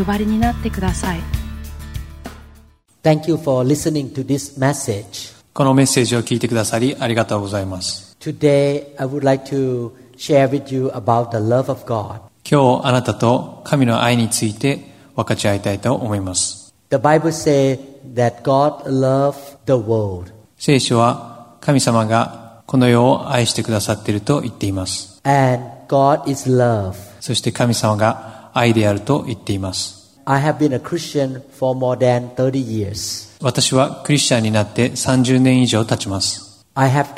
お配りになってください Thank you for listening to this message. このメッセージを聞いてくださりありがとうございます。 Today, I would like to share with you about the love of God. 今日あなたと神の愛について分かち合いたいと思います。 The Bible says that God loved the world 聖書は神様がこの世を愛してくださっていると言っています。 and God is love. そして神様が愛であると言っています。 I have been a Christian for more than 30 years. 私はクリスチャンになって30年以上経ちます。 I have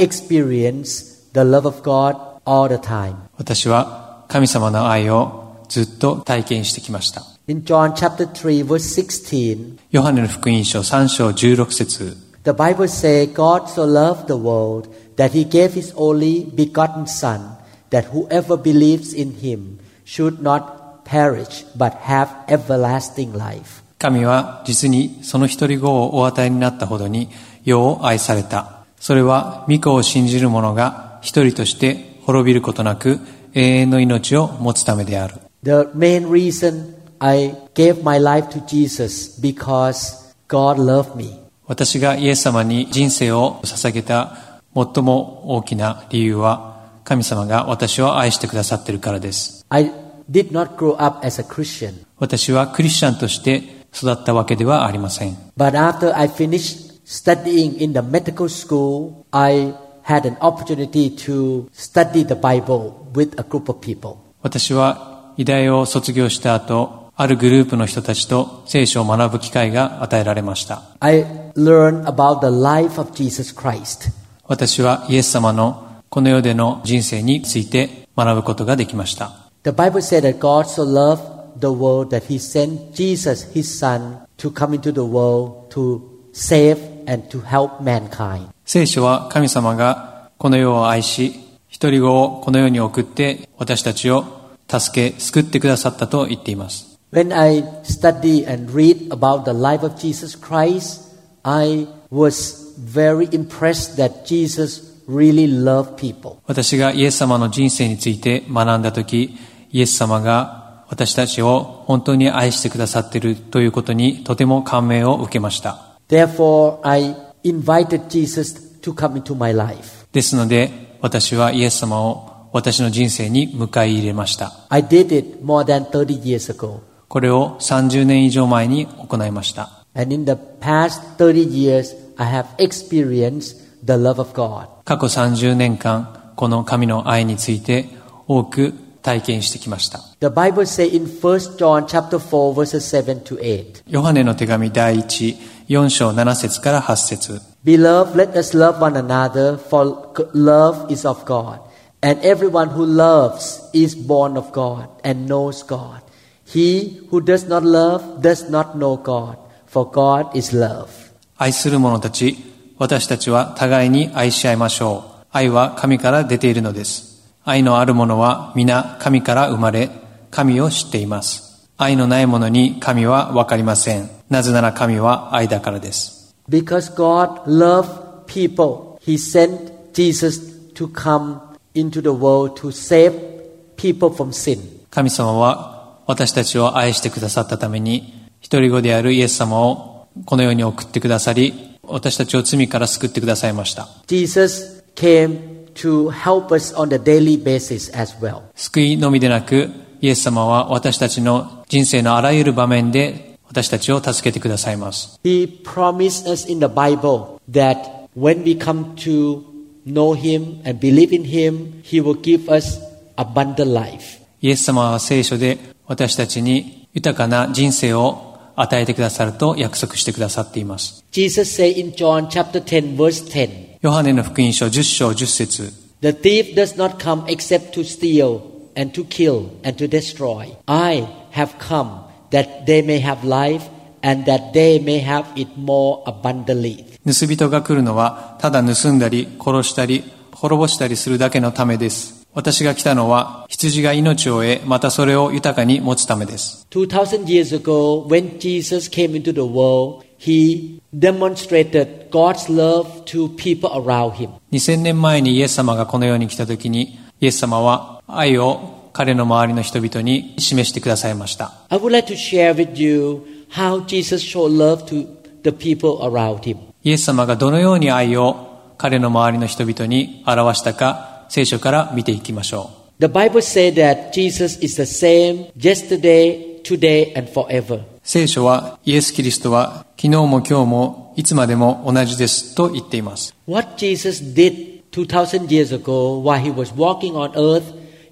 experienced the love of God all the time. 私は神様の愛をずっと体験してきました。 In John chapter 3 verse 16, ヨハネの福音書3章16節 the Bible says God so loved the world that he gave his only begotten son that whoever believes in him should not perish but have everlasting life. 神は実にその一人子をお与えになったほどに世を愛された。それは御子を信じる者が一人として滅びることなく永遠の命を持つためである。 The main reason I gave my life to Jesus because God loved me. 私がイエス様に人生を捧げた最も大きな理由は神様が私を愛してくださっているからです。 I did not grow up as a Christian, 私はクリスチャンとして育ったわけではありません。 but after I finished studying in the medical school, I had an opportunity to study the Bible with a group of people. 私は医大を卒業した後、あるグループの人たちと聖書を学ぶ機会が与えられました。 I learned about the life of Jesus Christ. 私はイエス様のこの世での人生について学ぶことができました。 The Bible said that God so loved the world that he sent Jesus, his son, to come into the world to save and to help mankind. 聖書は神様がこの世を愛し、一人子をこの世に送って私たちを助け、救ってくださったと言っています。 When I study and read about the life of Jesus Christ, I was very impressed that Jesus really loved people. 私がイエス様の人生について学んだとき、イエス様が私たちを本当に愛してくださっているということにとても感銘を受けました。 Therefore, I invited Jesus to come into my life. ですので、私はイエス様を私の人生に迎え入れました。 I did it more than 30 years ago. これを30年以上前に行いました。 And in the past 30 years, I have experienced the love of God. 過去30年間、この神の愛について多く体験してきました。 The Bible says in 1 John chapter 4 verses 7 to 8, ヨハネの手紙第1、4章7節から8節 Beloved, let us love one another, for love is of God. And everyone who loves is born of God and knows God. He who does not love does not know God, for God is love. 愛する者たち、私たちは互いに愛し合いましょう。愛は神から出ているのです。愛のある者は皆神から生まれ、神を知っています。愛のない者に神はわかりません。なぜなら神は愛だからです。 Because God loved people, He sent Jesus to come into the world to save people from sin. 神様は私たちを愛してくださったために、一人子であるイエス様をこの世に送ってくださり、私たちを罪から救ってくださいました。 Jesus came to help us on a daily basis as well. 救いのみでなく、イエス様は私たちの人生のあらゆる場面で私たちを助けてくださいます。 He promised us in the Bible that when we come to know Him and believe in Him, He will give us abundant life. イエス様は聖書で私たちに豊かな人生を与えてくださると約束してくださっています。 Jesus said in John chapter 10, verse 10, ヨハネの福音書10章10節 The thief does not come except to steal and to kill and to destroy. I have come that they may have life and that they may have it more abundantly. 盗人が来るのは、ただ盗んだり、殺したり、滅ぼしたりするだけのためです。私が来たのは、羊が命を得、またそれを豊かに持つためです。 2000 years ago, when Jesus came into the world, he demonstrated God's love to people around him. 2000年前にイエス様がこの世に来た時に、イエス様は愛を彼の周りの人々に示してくださいました。 I would like to share with you how Jesus showed love to the people around him. イエス様がどのように愛を彼の周りの人々に表したか、聖書から見ていきましょう。 The Bible says that Jesus is the same yesterday, today, and forever. 聖書はイエス・キリストは昨日も今日もいつまでも同じですと言っています。 What Jesus did 2000 years ago while he was walking on earth,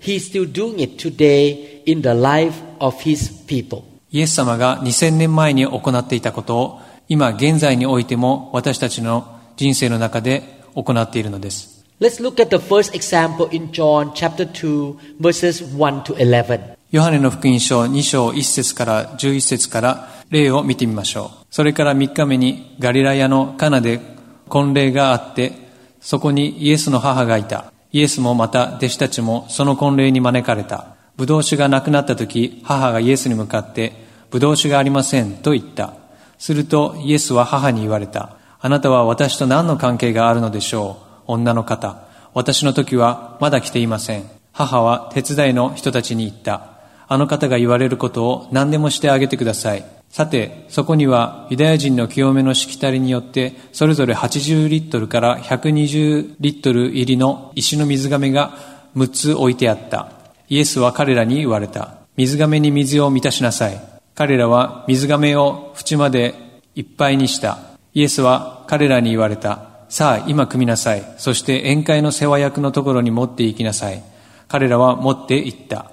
he's still doing it today in the life of his people. イエス様が2000年前に行っていたことを今現在においても私たちの人生の中で行っているのです。 Let's look at the first example in John chapter 2 verses 1 to 11. ヨハネの福音書2章1節から11節から例を見てみましょう。それから3日目にガリラヤのカナで婚礼があって、そこにイエスの母がいた。イエスもまた弟子たちもその婚礼に招かれた。ブドウ酒がなくなった時、母がイエスに向かって、ブドウ酒がありませんと言った。するとイエスは母に言われた。あなたは私と何の関係があるのでしょう女の方。私の時はまだ来ていません。母は手伝いの人たちに言った。あの方が言われることを何でもしてあげてください。さて、そこにはユダヤ人の清めのしきたりによって、それぞれ80リットルから120リットル入りの石の水亀が6つ置いてあった。イエスは彼らに言われた。水亀に水を満たしなさい。彼らは水亀を縁までいっぱいにした。イエスは彼らに言われた。さあ、今組みなさい。そして宴会の世話役のところに持って行きなさい。彼らは持って行った。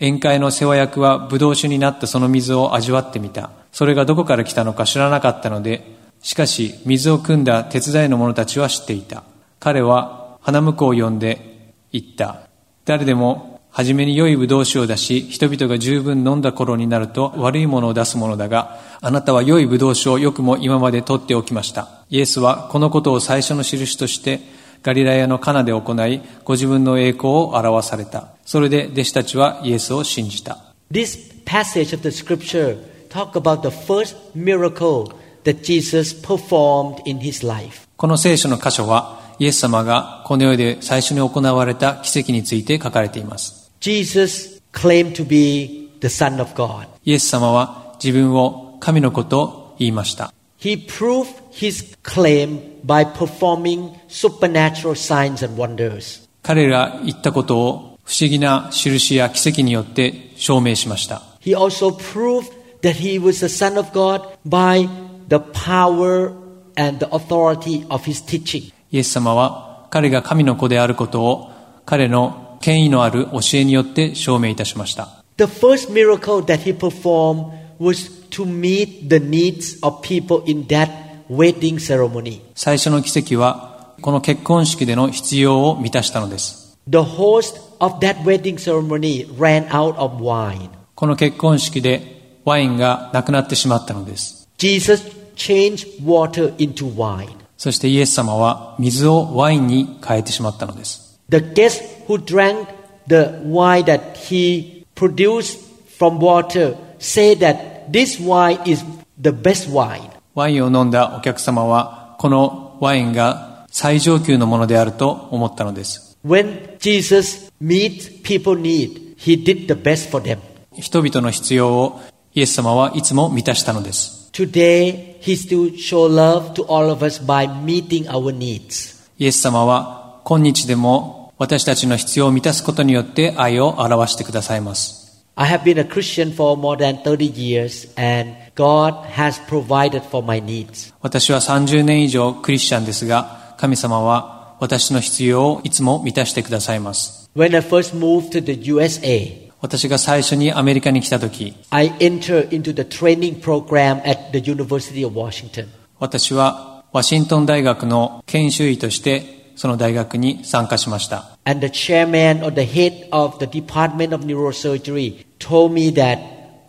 宴会の世話役はブドウ酒になったその水を味わってみた。それがどこから来たのか知らなかったので、しかし水を汲んだ手伝いの者たちは知っていた。彼は花婿を呼んで言った。誰でも初めに良いブドウ酒を出し、人々が十分飲んだ頃になると悪いものを出すものだが、あなたは良いブドウ酒をよくも今まで取っておきました。イエスはこのことを最初の印として、ガリラヤのカナで行い、ご自分の栄光を表された。それで弟子たちはイエスを信じた。 This passage of the scripture talk about the first miracle that Jesus performed in his life. この聖書の箇所は、イエス様がこの世で最初に行われた奇跡について書かれています。 Jesus claimed to be the son of God. イエス様は自分を神の子と言いました。 He proved his claim by performing supernatural signs and wonders. 彼が言ったことを不思議な印や奇跡によって証明しました。 He also proved that he was the Son of God by the power and the authority of his teaching. イエス様は彼が神の子であることを彼の権威のある教えによって証明いたしました。 The first miracle that he performed was to meet the needs of people in that wedding ceremony. 最初の奇跡はこの結婚式での必要を満たしたのです。 The host of that wedding ceremony ran out of wine. この結婚式でワインがなくなってしまったのです。 Jesus changed water into wine. そしてイエス様は水をワインに変えてしまったのです。 The guest who drank the wine that he produced from water said that this wine is the best wine. ワインを飲んだお客様はこのワインが最上級のものであると思ったのです。 When Jesus meets people need, he did the best for them. 人々の必要をイエス様はいつも満たしたのです。 Today, he still shows love to all of us by meeting our needs. イエス様は今日でも私たちの必要を満たすことによって愛を表してくださいます。 I have been a Christian for more than 30 years and God has provided for my needs. 私は30年以上クリスチャンですが、神様は私の必要をいつも満たしてくださいます。 When I first moved to the USA, 私が最初にアメリカに来た時、 I entered into the training program at the University of Washington. 私はワシントン大学の研修医としてその大学に参加しました。 And the chairman or the head of the Department of Neurosurgery told me that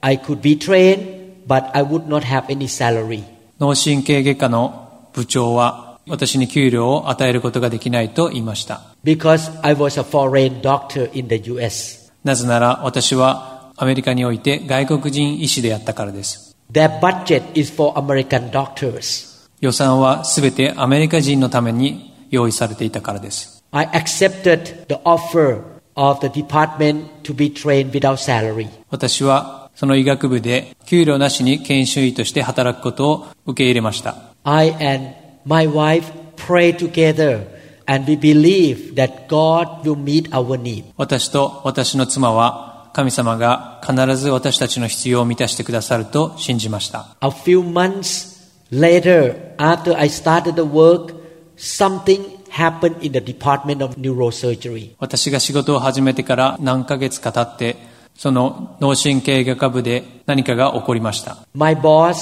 I could be trained, but I would not have any salary. 脳神経外科の部長は私に給料を与えることができないと言いました。 because I was a foreign doctor in the US. なぜなら私はアメリカにおいて外国人医師であったからです。 Their budget is for American doctors. 予算はすべてアメリカ人のために用意されていたからです。 I accepted the offer of the department to be trained without salary. 私はその医学部で給料なしに研修医として働くことを受け入れました。 I and my wife prayed together and we believe that God will meet our need. 私と私の妻は神様が必ず私たちの必要を満たしてくださると信じました。 A few months later, after I started the work, something happened in the department of neurosurgery. 私が仕事を始めてから何ヶ月か経って、その脳神経外科部で何かが起こりました。 My boss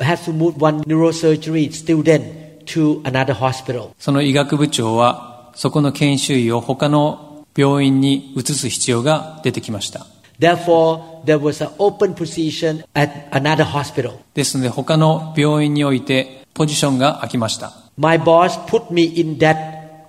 has to move one neurosurgery student to another hospital. その医学部長は、そこの研修医を他の病院に移す必要が出てきました。 Therefore, there was an open position at another hospital. ですので他の病院においてポジションが空きました。 My boss put me in that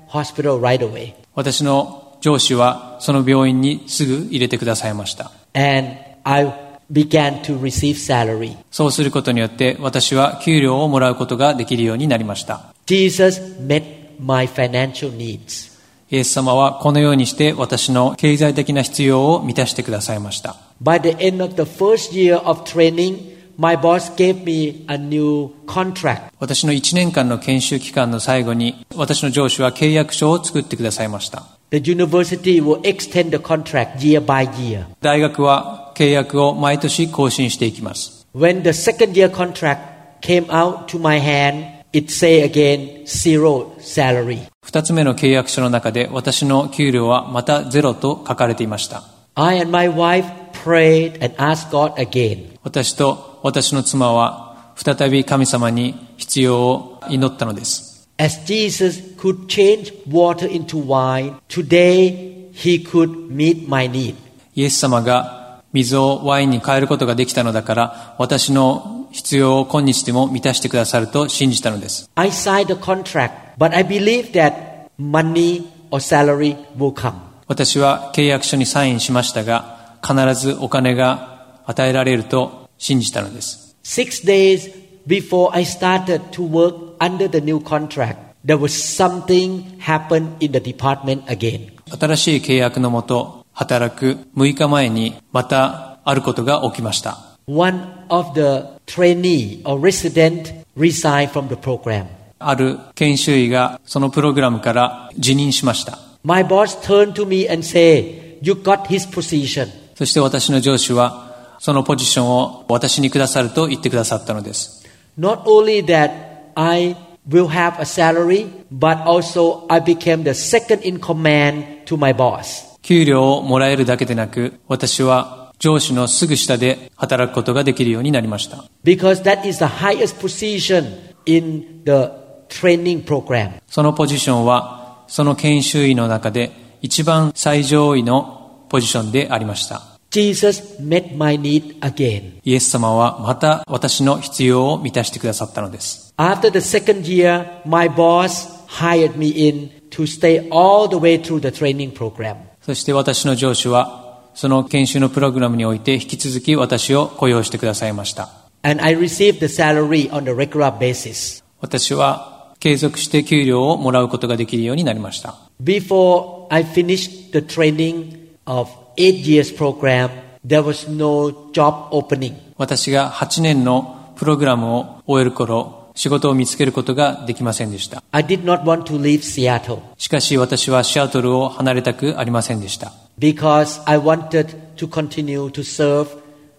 hospital right away. 私の上司はその病院にすぐ入れてくださいました。 And I began to receive salary. そうすることによって私は給料をもらうことができるようになりました。 Jesus met my financial needs. イエス様はこのようにして私の経済的な必要を満たしてくださいました。 By the end of the first year of training, my boss gave me a new contract. 私の1年間の研修期間の最後に私の上司は契約書を作ってくださいました。 The university will extend the contract year by year. 大学は契約を毎年更新していきます。 When the second year contract came out to my hand, it say again zero salary. 二つ目の契約書の中で私の給料はまたゼロと書かれていました。 I and my wife prayed and asked God again. 私と私の妻は再び神様に必要を祈ったのです。 As Jesus could change water into wine, today he could meet my need. イエス様が水をワインに変えることができたのだから私の必要を今日でも満たしてくださると信じたのです。 I signed the contract, but I believe that money or salary will come. 私は契約書にサインしましたが、必ずお金が与えられると信じたのです。 Six days before I started to work under the new contract, there was something happened in the department again. 新しい契約のもと、働く6日前にまたあることが起きました。 One of the trainee or resident resigned from the program. ある研修医がそのプログラムから辞任しました。 My boss turned to me and said, "You got his position." そして私の上司は、そのポジションを私にくださると言ってくださったのです。 Not only that, I will have a salary, but also I became the second in command to my boss. 給料をもらえるだけでなく、私は上司のすぐ下で働くことができるようになりました。 Because that is the highest position in the training program. そのポジションは、その研修医の中で一番最上位のポジションでありました。 Jesus met my need again. イエス様はまた私の必要を満たしてくださったのです。 After the second year, my boss hired me in to stay all the way through the training program. そして私の上司は、その研修のプログラムにおいて引き続き私を雇用してくださいました。 And I received the salary on a regular basis. 私は継続して給料をもらうことができるようになりました。 Before I finished the training of eight years program, there was no job opening. 私が8年のプログラムを終える頃、仕事を見つけることができませんでした。 I did not want to leave Seattle しかし私はシアトルを離れたくありませんでした。 because I wanted to continue to serve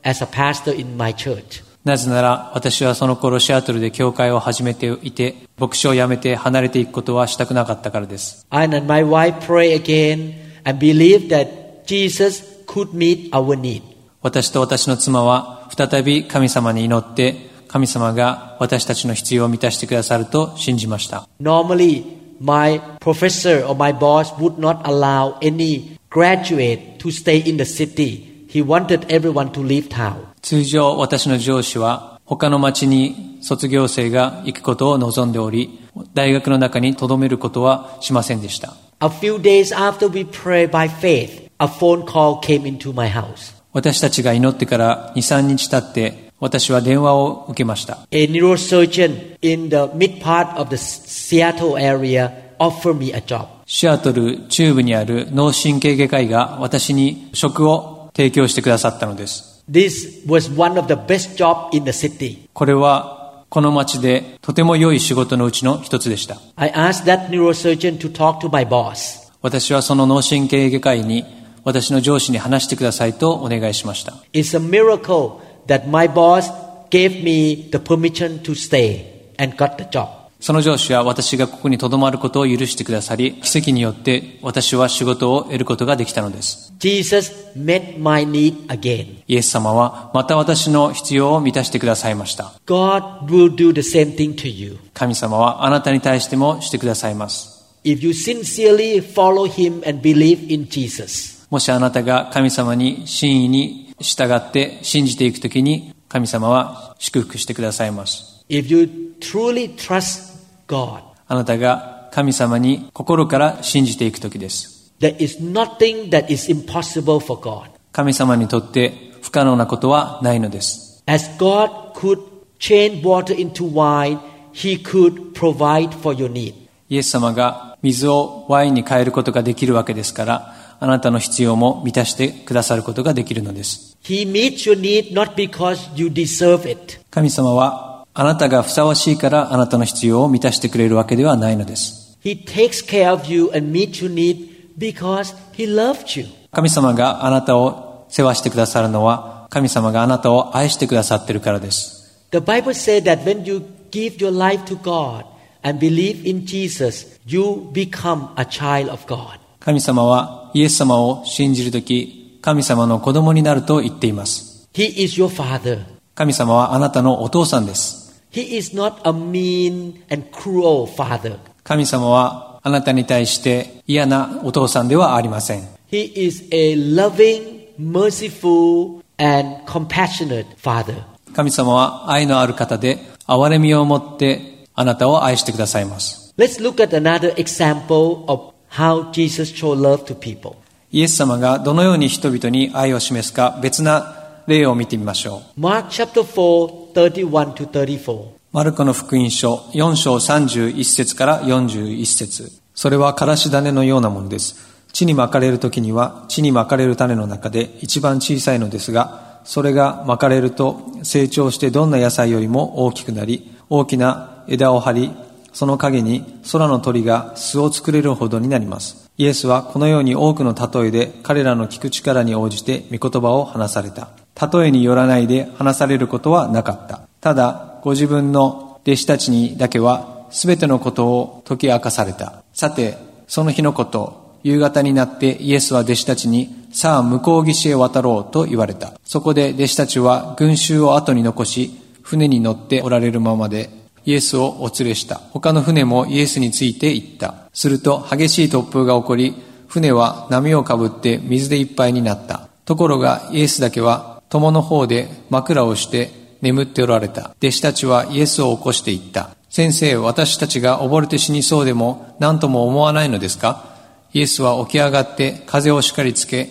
as a pastor in my church. なぜなら私はその頃シアトルで教会を始めていて、牧師を辞めて離れていくことはしたくなかったからです。 I and my wife pray again and believe that Jesus could meet our need. 私と私の妻は再び神様に祈って、神様が私たちの必要を満たしてくださると信じました。 Normally, my professor or my boss would not allow any graduate to stay in the city. He wanted everyone to leave town. 通常私の上司は他の町に卒業生が行くことを望んでおり、大学の中に留めることはしませんでした。 A few days after we prayed by faith, a phone call came into my house. 私たちが祈ってから2、3日経って私は電話を受けました。 A neurosurgeon in the mid part of the S- Seattle area offered me a job. シアトル中部にある脳神経外科医が私に職を提供してくださったのです。 This was one of the best jobs in the city. これはこの町でとても良い仕事のうちの一つでした。 I asked that neurosurgeon to talk to my boss. 私はその脳神経外科医に私の上司に話してくださいとお願いしました。 It's a miracle that my boss gave me the permission to stay and got the job. その上司は私がここに留まることを許してくださり、奇跡によって私は仕事を得ることができたのです。 Jesus met my need again. イエス様はまた私の必要を満たしてくださいました。 God will do the same thing to you. 神様はあなたに対してもしてくださいます。 If you sincerely follow him and believe in Jesus, もしあなたが神様に真意に従って信じていくときに、神様は祝福してくださいます。 if you truly trust God, あなたが神様に心から信じていくときです。 there is nothing that is impossible for God. 神様にとって不可能なことはないのです。 As God could change water into wine, He could provide for your need. イエス様が水をワインに変えることができるわけですから、あなたの必要も満たしてくださることができるのです。 He meets your need not because you deserve it, 神様は、あなたがふさわしいからあなたの必要を満たしてくれるわけではないのです。 He takes care of you and meets your need because He loved you. 神様があなたを世話してくださるのは、神様があなたを愛してくださっているからです。 The Bible says that when you give your life to God and believe in Jesus, you become a child of God. 神様は、イエス様を信じるとき、神様の子供になると言っています。 He is your Father. 神様はあなたのお父さんです。 He is not a mean and cruel Father. 神様はあなたに対して嫌なお父さんではありません。 He is a loving, merciful, and compassionate Father. 神様は愛のある方で、憐れみを持ってあなたを愛してくださいます。 Let's look at another example of how Jesus showed love to people. イエス様がどのように人々に愛を示すか別な例を見てみましょう。 Mark chapter 4, 31 to 34. マルコの福音書4章31節から41節それはからし種のようなものです。地に巻かれる時には地に巻かれる種の中で一番小さいのですが、それが巻かれると成長してどんな野菜よりも大きくなり、大きな枝を張り、その陰に空の鳥が巣を作れるほどになります。イエスはこのように多くの例えで彼らの聞く力に応じて御言葉を話された。例えによらないで話されることはなかった。ただ、ご自分の弟子たちにだけは全てのことを解き明かされた。さて、その日のこと、夕方になってイエスは弟子たちに、さあ向こう岸へ渡ろうと言われた。そこで弟子たちは群衆を後に残し、船に乗っておられるままでイエスをお連れした。他の船もイエスについて行った。すると激しい突風が起こり、船は波をかぶって水でいっぱいになった。ところがイエスだけは友の方で枕をして眠っておられた。弟子たちはイエスを起こして行った。先生、私たちが溺れて死にそうでも何とも思わないのですかイエスは起き上がって風を叱りつけ、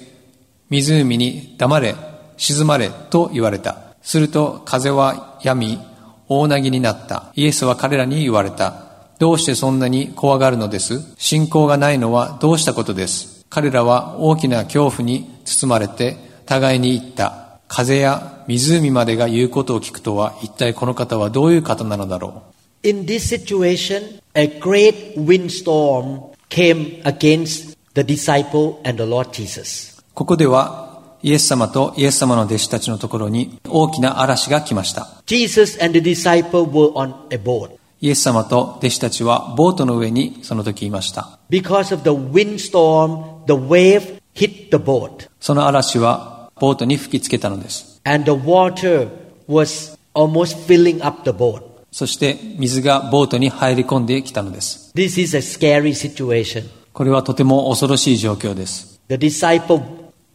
湖に黙れ、沈まれと言われた。すると風はやみ、大なぎになった。イエスは彼らに言われた。どうしてそんなに怖がるのです信仰がないのはどうしたことです彼らは大きな恐怖に包まれて互いに言った。風や湖までが言うことを聞くとは一体この方はどういう方なのだろう In this situation, a great windstorm came against the disciple and the Lord Jesus. ここではイエス様とイエス様の弟子たちのところに大きな嵐が来ました。 Jesus and the disciple were on a boat. イエス様と弟子たちはボートの上にその時いました。 Because of the windstorm, the wave hit the boat その嵐はボートに吹きつけたのです。 and the water was almost filling up the boat. そして水がボートに入り込んできたのです。 This is a scary situation. これはとても恐ろしい状況です。 The disciple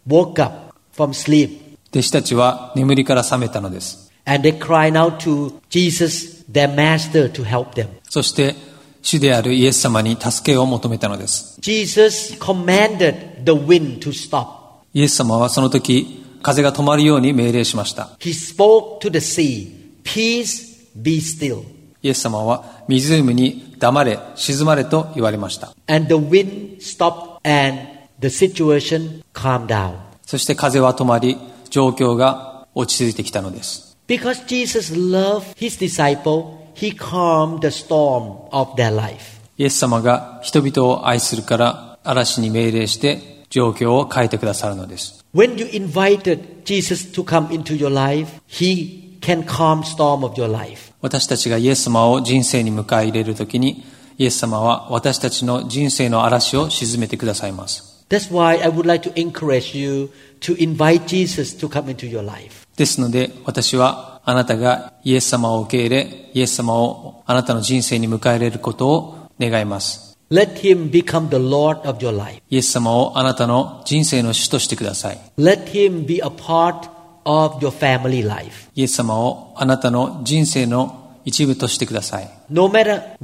woke up from sleep. 弟弟子たちは眠りから覚めたのです。 And they cried out to Jesus, their master, to help them. そして、主であるイエス様に助けを求めたのです。 Jesus commanded the wind to stop. イエス様はその時、風が止まるように命令しました。 He spoke to the sea, Peace, be still. イエス様は湖に黙れ、沈まれと言われました。 And the wind stopped and the situation calmed down. そして風は止まり、状況が落ち着いてきたのです。 Because Jesus loved his disciple, he calmed the storm of their life. イエス様が人々を愛するから嵐に命令して状況を変えてくださるのです。 When you invited Jesus to come into your life, he can calm storm of your life. 私たちがイエス様を人生に迎え入れるときに、イエス様は私たちの人生の嵐を沈めてくださいます。 That's why I would like to encourage you to invite Jesus to come into your life. ですので私はあなたがイエス様を受け入れ、イエス様をあなたの人生に迎え入れることを願います。 Let him become the Lord of your life. イエス様をあなたの人生の主としてください。 Let him be a part of your family life. イエス様をあなたの人生の一部としてください。 No matter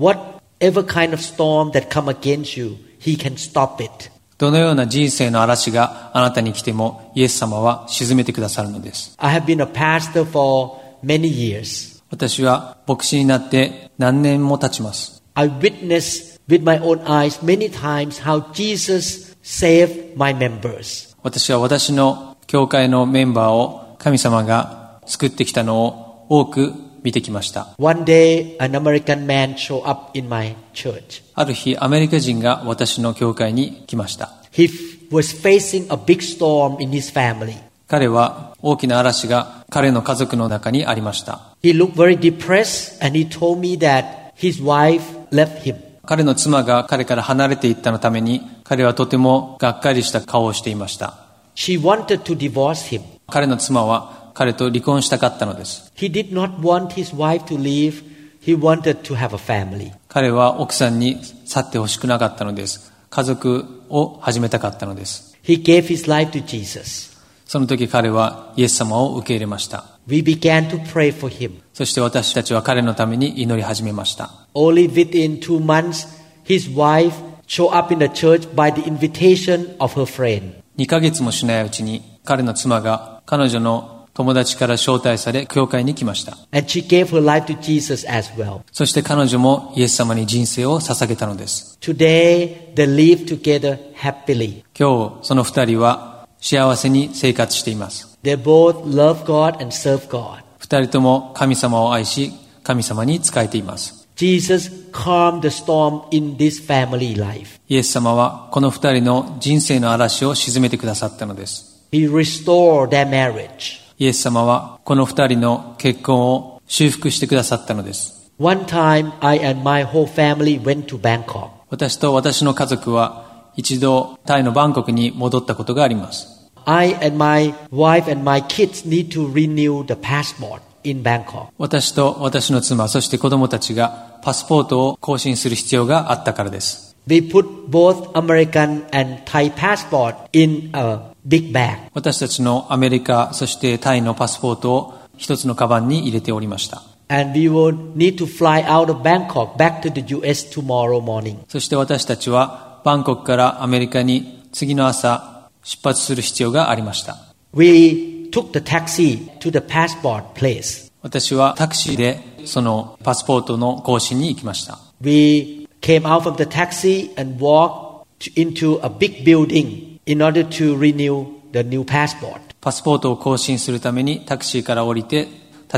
whatever kind of storm that come against you, he can stop it. どのような人生の嵐があなたに来てもイエス様は沈めてくださるのです。 I have been a pastor for many years. 私は牧師になって何年も経ちます。 I witnessed with my own eyes many times how Jesus saved my members. 私は私の教会のメンバーを神様が救ってきたのを多く見てきました。 One day, an American man showed up in my church. ある日アメリカ人が私の教会に来ました。 He f- was facing a big storm in his family. 彼は大きな嵐が彼の家族の中にありました。 He looked very depressed and he told me that his wife left him. 彼の妻が彼から離れていったのために彼はとてもがっかりした顔をしていました She wanted to divorce him. 彼の妻は彼と離婚したかったのです He did not want his wife to leave. He wanted to have a family. 彼は奥さんに去ってほしくなかったのです家族を始めたかったのです He gave his life to Jesus. その時彼はイエス様を受け入れました We began to pray for him. そして私たちは彼のために祈り始めました Only within two months, his wife showed up in the church by the invitation of her friend. 2ヶ月もしないうちに彼の妻が彼女の友達から招待され教会に来ました And she gave her life to Jesus as well. そして彼女もイエス様に人生を捧げたのです Today, they live together happily. 今日その二人は幸せに生活しています They both love God and serve God. 二人とも神様を愛し神様に仕えています Jesus calmed the storm in this family life. イエス様はこの二人の人生の嵐を沈めてくださったのです He restored their marriage. イエス様はこの二人の結婚を修復してくださったのです One time, I and my whole family went to Bangkok. 私と私の家族は一度タイのバンコクに戻ったことがあります I and my wife and my kids need to renew the passport in Bangkok. 私と私の妻そして子供たちがパスポートを更新する必要があったからです We put both American and Thai passport in a big bag. 私たちのアメリカそしてタイのパスポートを一つのカバンに入れておりました And we will need to fly out of Bangkok back to the US tomorrow morning. そして私たちはバンコクからアメリカに次の朝出発する必要がありました We took the taxi to the passport place. 私はタクシーでそのパスポートの更新に行きました We came out from the taxi and walked into a big building in order to renew the new passport. パスポートを更新するためにタクシーから降りて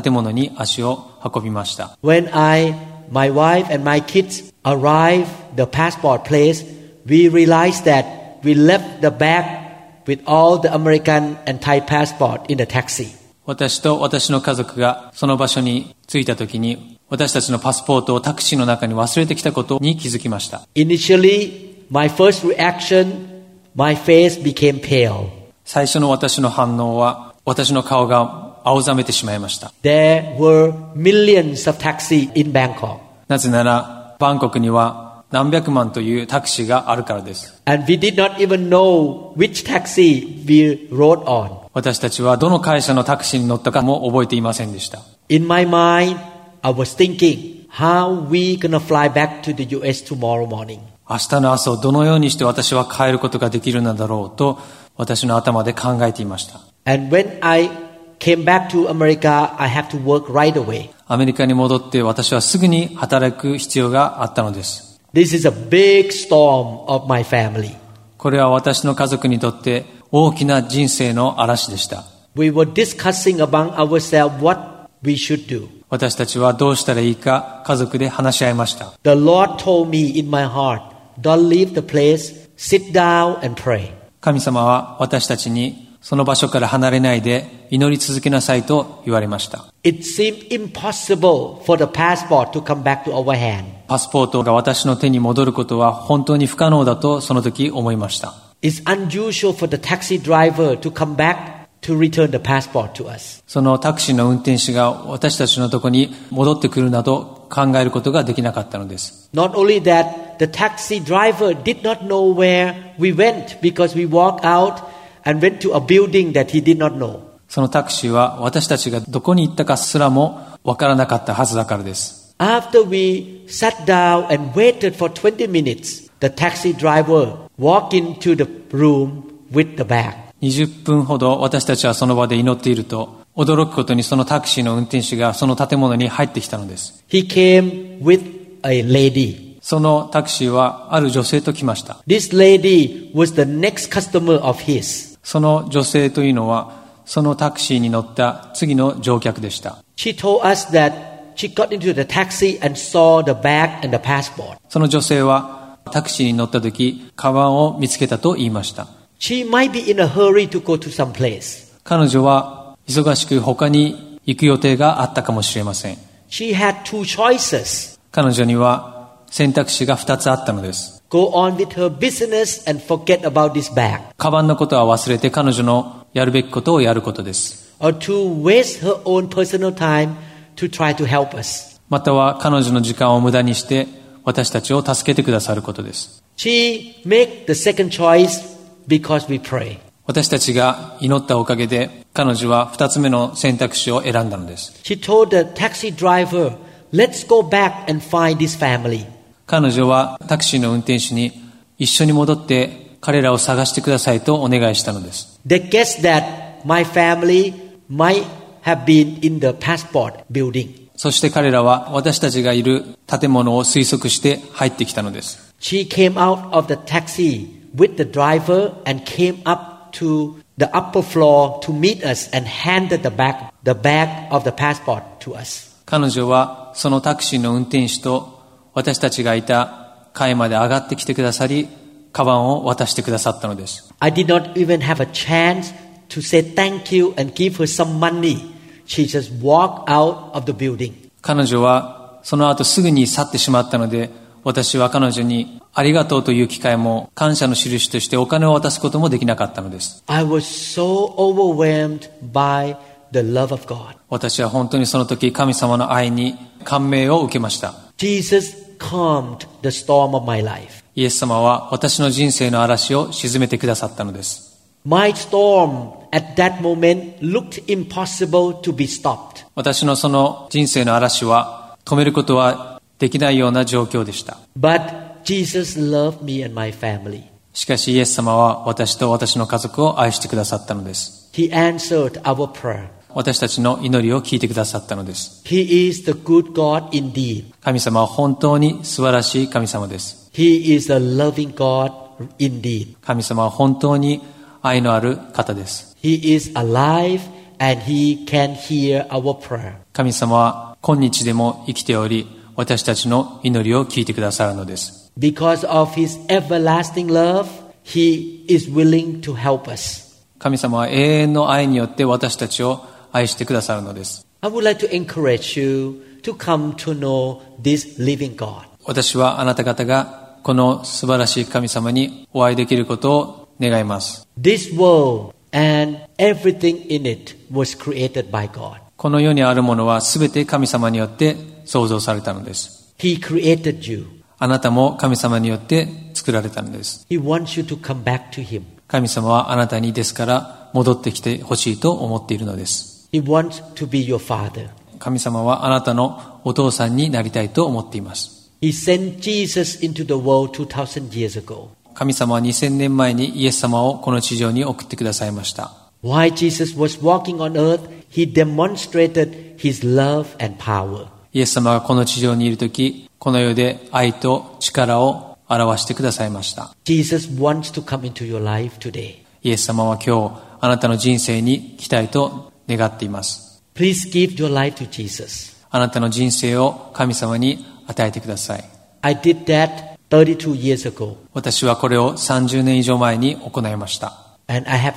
建物に足を運びました When I, my wife, and my kids arrived the passport place, we realized that we left the bag with all the American and Thai passport in the taxi. 私と私の家族がその場所に着いた時に私たちのパスポートをタクシーの中に忘れてきたことに気づきました Initially, my first reaction, my face became pale. 最初の私の反応は私の顔が青ざめてしまいました There were millions of taxi in Bangkok, なぜならバンコクには何百万というタクシーがあるからです and we did not even know which taxi we rode on. 私たちはどの会社のタクシーに乗ったかも覚えていませんでした。 In my mind, I was thinking, how we gonna fly back to the US tomorrow morning? 明日の朝をどのようにして私は帰ることができるのだろうと私の頭で考えていました。 And when I came back to America, I had to work right away. アメリカに戻って私はすぐに働く必要があったのです。 This is a big storm of my family. これは私の家族にとって大きな人生の嵐でした。 We were discussing among ourselves what we should do. 私たちはどうしたらいいか家族で話し合いました。 The Lord told me in my heart, don't leave the place, sit down and pray. 神様は私たちにその場所から離れないで祈り続けなさいと言われました。 It seemed impossible for the passport to come back to our hand. パスポートが私の手に戻ることは本当に不可能だとその時思いました。 It's unusual for the taxi driver to come back to return the passport to us. そのタクシーの運転手が私たちのとこに戻ってくるなど考えることができなかったのです。 Not only that, the taxi driver did not know where we went because we walked out and went to a building that he did not know. そのタクシーは私たちがどこに行ったかすらもわからなかったはずだからです。 After we sat down and waited for 20 minutes, the taxi driver walked into the room with the bag. 20分ほど私たちはその場で祈っていると、驚くことにそのタクシーの運転手がその建物に入ってきたのです。 He came with a lady. そのタクシーはある女性と来ました。 This lady was the next customer of his. その女性というのは、そのタクシーに乗った次の乗客でした。 She told us that she got into the taxi and saw the bag and the passport. その女性はタクシーに乗った時、カバンを見つけたと言いました。 She might be in a hurry to go to some place. 彼女は忙しく他に行く予定があったかもしれません。 She had two choices. 彼女には選択肢が2つあったのです。 Go on with her business and forget about this bag. カバンのことは忘れて彼女のやるべきことをやることです。 or to waste her own personal time to try to help us. または彼女の時間を無駄にして私たちを助けてくださることです。 She made the second choice because we pray. 私たちが祈ったおかげで彼女は2つ目の選択肢を選んだのです。 She told the taxi driver, let's go back and find this family. 彼女はタクシーの運転手に一緒に戻って彼らを探してくださいとお願いしたのです。 They guessed that my family might have been in the passport building. そして彼らは私たちがいる建物を推測して入ってきたのです。 She came out of the taxi with the driver and came up to the upper floor to meet us and handed the bag, the bag of the passport to us. 彼女はそのタクシーの運転手と私たちがいた階まで上がってきてくださり、カバンを渡してくださったのです。 I did not even have a chance to say thank you and give her some money. She just walked out of the building. 彼女はその後すぐに去ってしまったので、私は彼女にありがとうという機会も感謝の印としてお金を渡すこともできなかったのです。 I was so overwhelmed by the love of God. 私は本当にその時神様の愛に感銘を受けました。 Jesus calmed the storm of my life. イエス様は私の人生の嵐を沈めてくださったのです。 My storm at that moment looked impossible to be stopped. 私のその人生の嵐は止めることはできないような状況でした。 But Jesus loved me and my family. しかしイエス様は私と私の家族を愛してくださったのです。 He answered our prayer. 私たちの祈りを聞いてくださったのです。 He is the good God indeed. 神様は本当に素晴らしい神様です。 He is a loving God indeed. 神様は本当に愛のある方です。 He is alive and he can hear our prayer. 神様は今日でも生きており、私たちの祈りを聞いてくださるのです。 Because of his everlasting love, he is willing to help us. 神様は永遠の愛によって私たちを愛してくださるのです。 I would like to encourage you to come to know this living God. 私はあなた方がこの素晴らしい神様にお会いできることを願います。 This world and everything in it was created by God. この世にあるものは全て神様によって創造されたのです。 He created you. あなたも神様によって作られたのです。 He wants you to come back to him. 神様はあなたにですから戻ってきてほしいと思っているのです。 He wants to be your father. 神様はあなたのお父さんになりたいと思っています。 He sent Jesus into the world 2000 years ago. 神様は2000年前にイエス様をこの地上に送ってくださいました。 While Jesus was walking on earth, he demonstrated his love and power. イエス様がこの地上にいるとき、この世で愛と力を表してくださいました。 Jesus wants to come into your life today. イエス様は今日あなたの人生に来たいと願っています。 Please give your life to Jesus. あなたの人生を神様に与えてください。 I did that 32 years ago, 私はこれを30年以上前に行いました。 and I have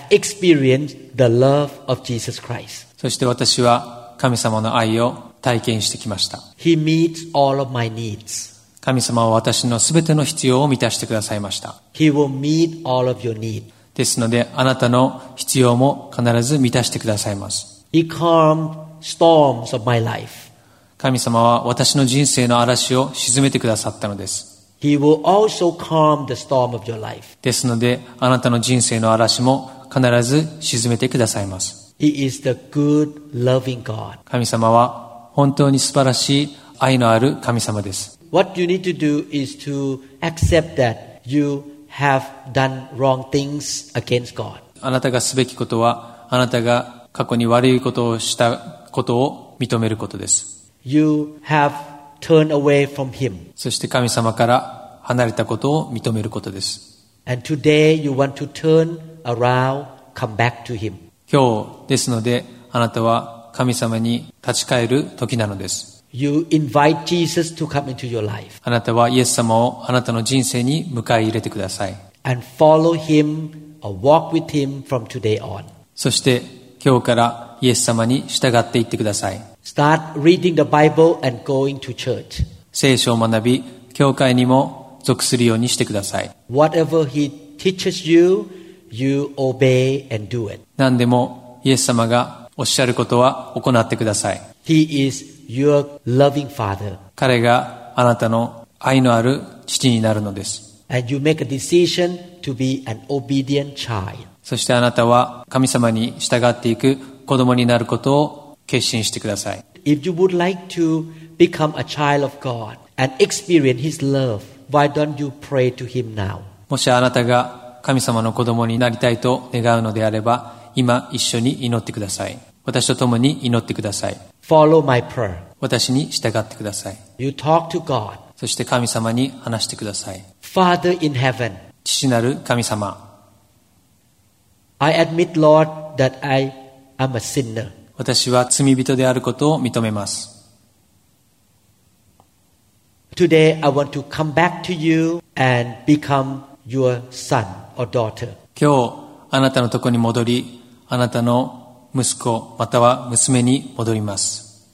experienced the love of Jesus Christ. そして私は神様の愛を体験してきました。 He meets all of my needs. 神様は私の全ての必要を満たしてくださいました。 He will meet all of your needs. ですのであなたの必要も必ず満たしてくださいます。 He calmed storms of my life. 神様は私の人生の嵐を沈めてくださったのです。 He will also calm the storm of your life. ですのであなたの人生の嵐も必ず沈めてくださいます。 He is the good, loving God. 神様は本当に素晴らしい愛のある神様です。 What you need to do is to accept that you have done wrong things against God. あなたがすべきことは、あなたが過去に悪いことをしたことを認めることです。 You have turned away from Him. そして神様から離れたことを認めることです。 And today you want to turn around, come back to Him. 今日ですので、あなたは神様に立ち返る時なのです。 You invite Jesus to come into your life あなたはイエス様をあなたの人生に迎え入れてください。 and follow Him or walk with Him from today on. そして今日からイエス様に従っていってください。 Start reading the Bible and going to church. 聖書を学び、教会にも属するようにしてください。 Whatever He teaches you, you obey and do it. 何でもイエス様がおっしゃることは行ってください。 He is your loving Father. 彼があなたの愛のある父になるのです。 And you make a decision to be an obedient child. そしてあなたは神様に従っていく子供になることを決心してください。 If you would like to become a child of God and experience His love, why don't you pray to Him now? もしあなたが神様の子供になりたいと願うのであれば、今一緒に祈ってください。私と共に祈ってください。 Follow my prayer. 私に従ってください。 You talk to God, そして神様に話してください。 Father in heaven. 父なる神様、 I admit, Lord, that I am a sinner. 私は罪人であることを認めます。 Today I want to come back to you and become your son or daughter. 今日あなたのとこに戻りあなたの息子または娘に戻ります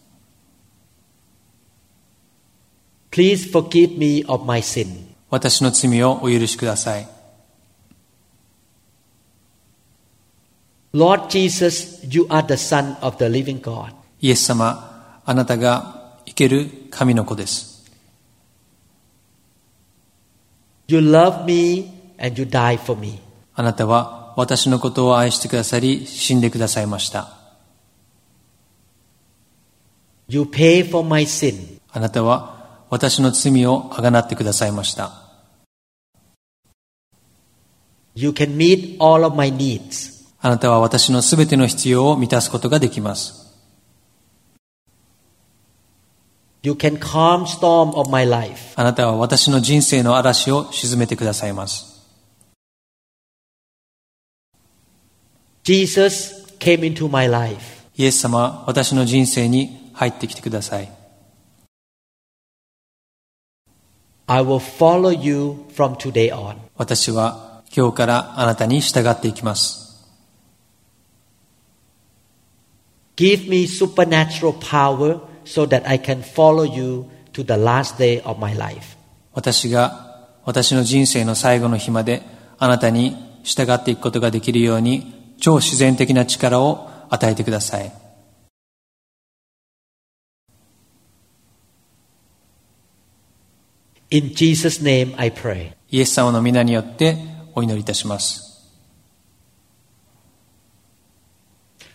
Please forgive me of my sin. 私の罪をお許しください Lord Jesus, you are the Son of the living God. イエス様あなたが生ける神の子です You love me and you die for me. あなたは私のことを愛してくださり死んでくださいました You pay for my sin. あなたは私の罪をあがなってくださいました You can meet all of my needs. あなたは私のすべての必要を満たすことができます You can calm storm of my life. あなたは私の人生の嵐を沈めてくださいます Jesus came into my life. イエス様、私の人生に入ってきてください。 I will follow you from today on. 私は今日からあなたに従っていきます。 Give me supernatural power so that I can follow you to the last day of my life. 私が私の人生の最後の日まであなたに従っていくことができるように超自然的な力を与えてください。 In Jesus' name I pray. イエス様の皆によってお祈りいたします。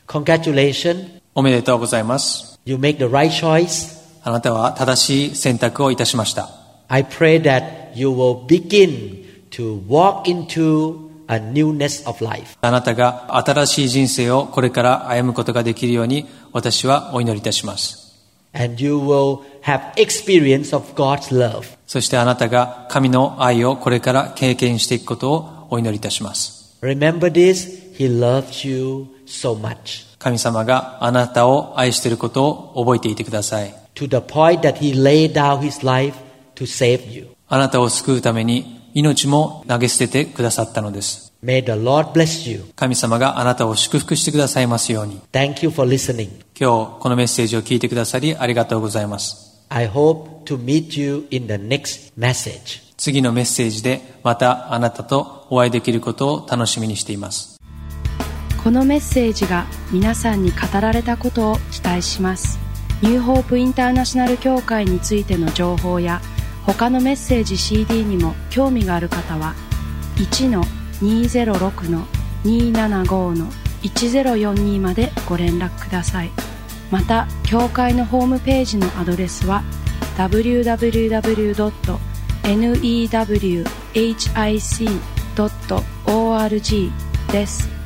Congratulations, おめでとうございます。 you make the right choice. あなたは正しい選択をいたしました。 I pray that you will begin to walk into a newness of life. あなたが新しい人生をこれから歩むことができるように私はお祈りいたします。 And you will have experience of God's love. そしてあなたが神の愛をこれから経験していくことをお祈りいたします。 Remember this, He loves you so much. 神様があなたを愛していることを覚えていてください。 To the point that He laid down His life to save you. あなたを救うために命も投げ捨ててくださったのです。 May the Lord bless you. 神様があなたを祝福してくださいますように。 Thank you for listening. 今日このメッセージを聞いてくださりありがとうございます。 I hope to meet you in the next message. 次のメッセージでまたあなたとお会いできることを楽しみにしています。このメッセージが皆さんに語られたことを期待しますニューホープインターナショナル協会についての情報や他のメッセージ CD にも興味がある方は1-206-275-1042までご連絡くださいまた協会のホームページのアドレスは www.newhic.org です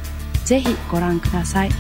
ぜひご覧ください。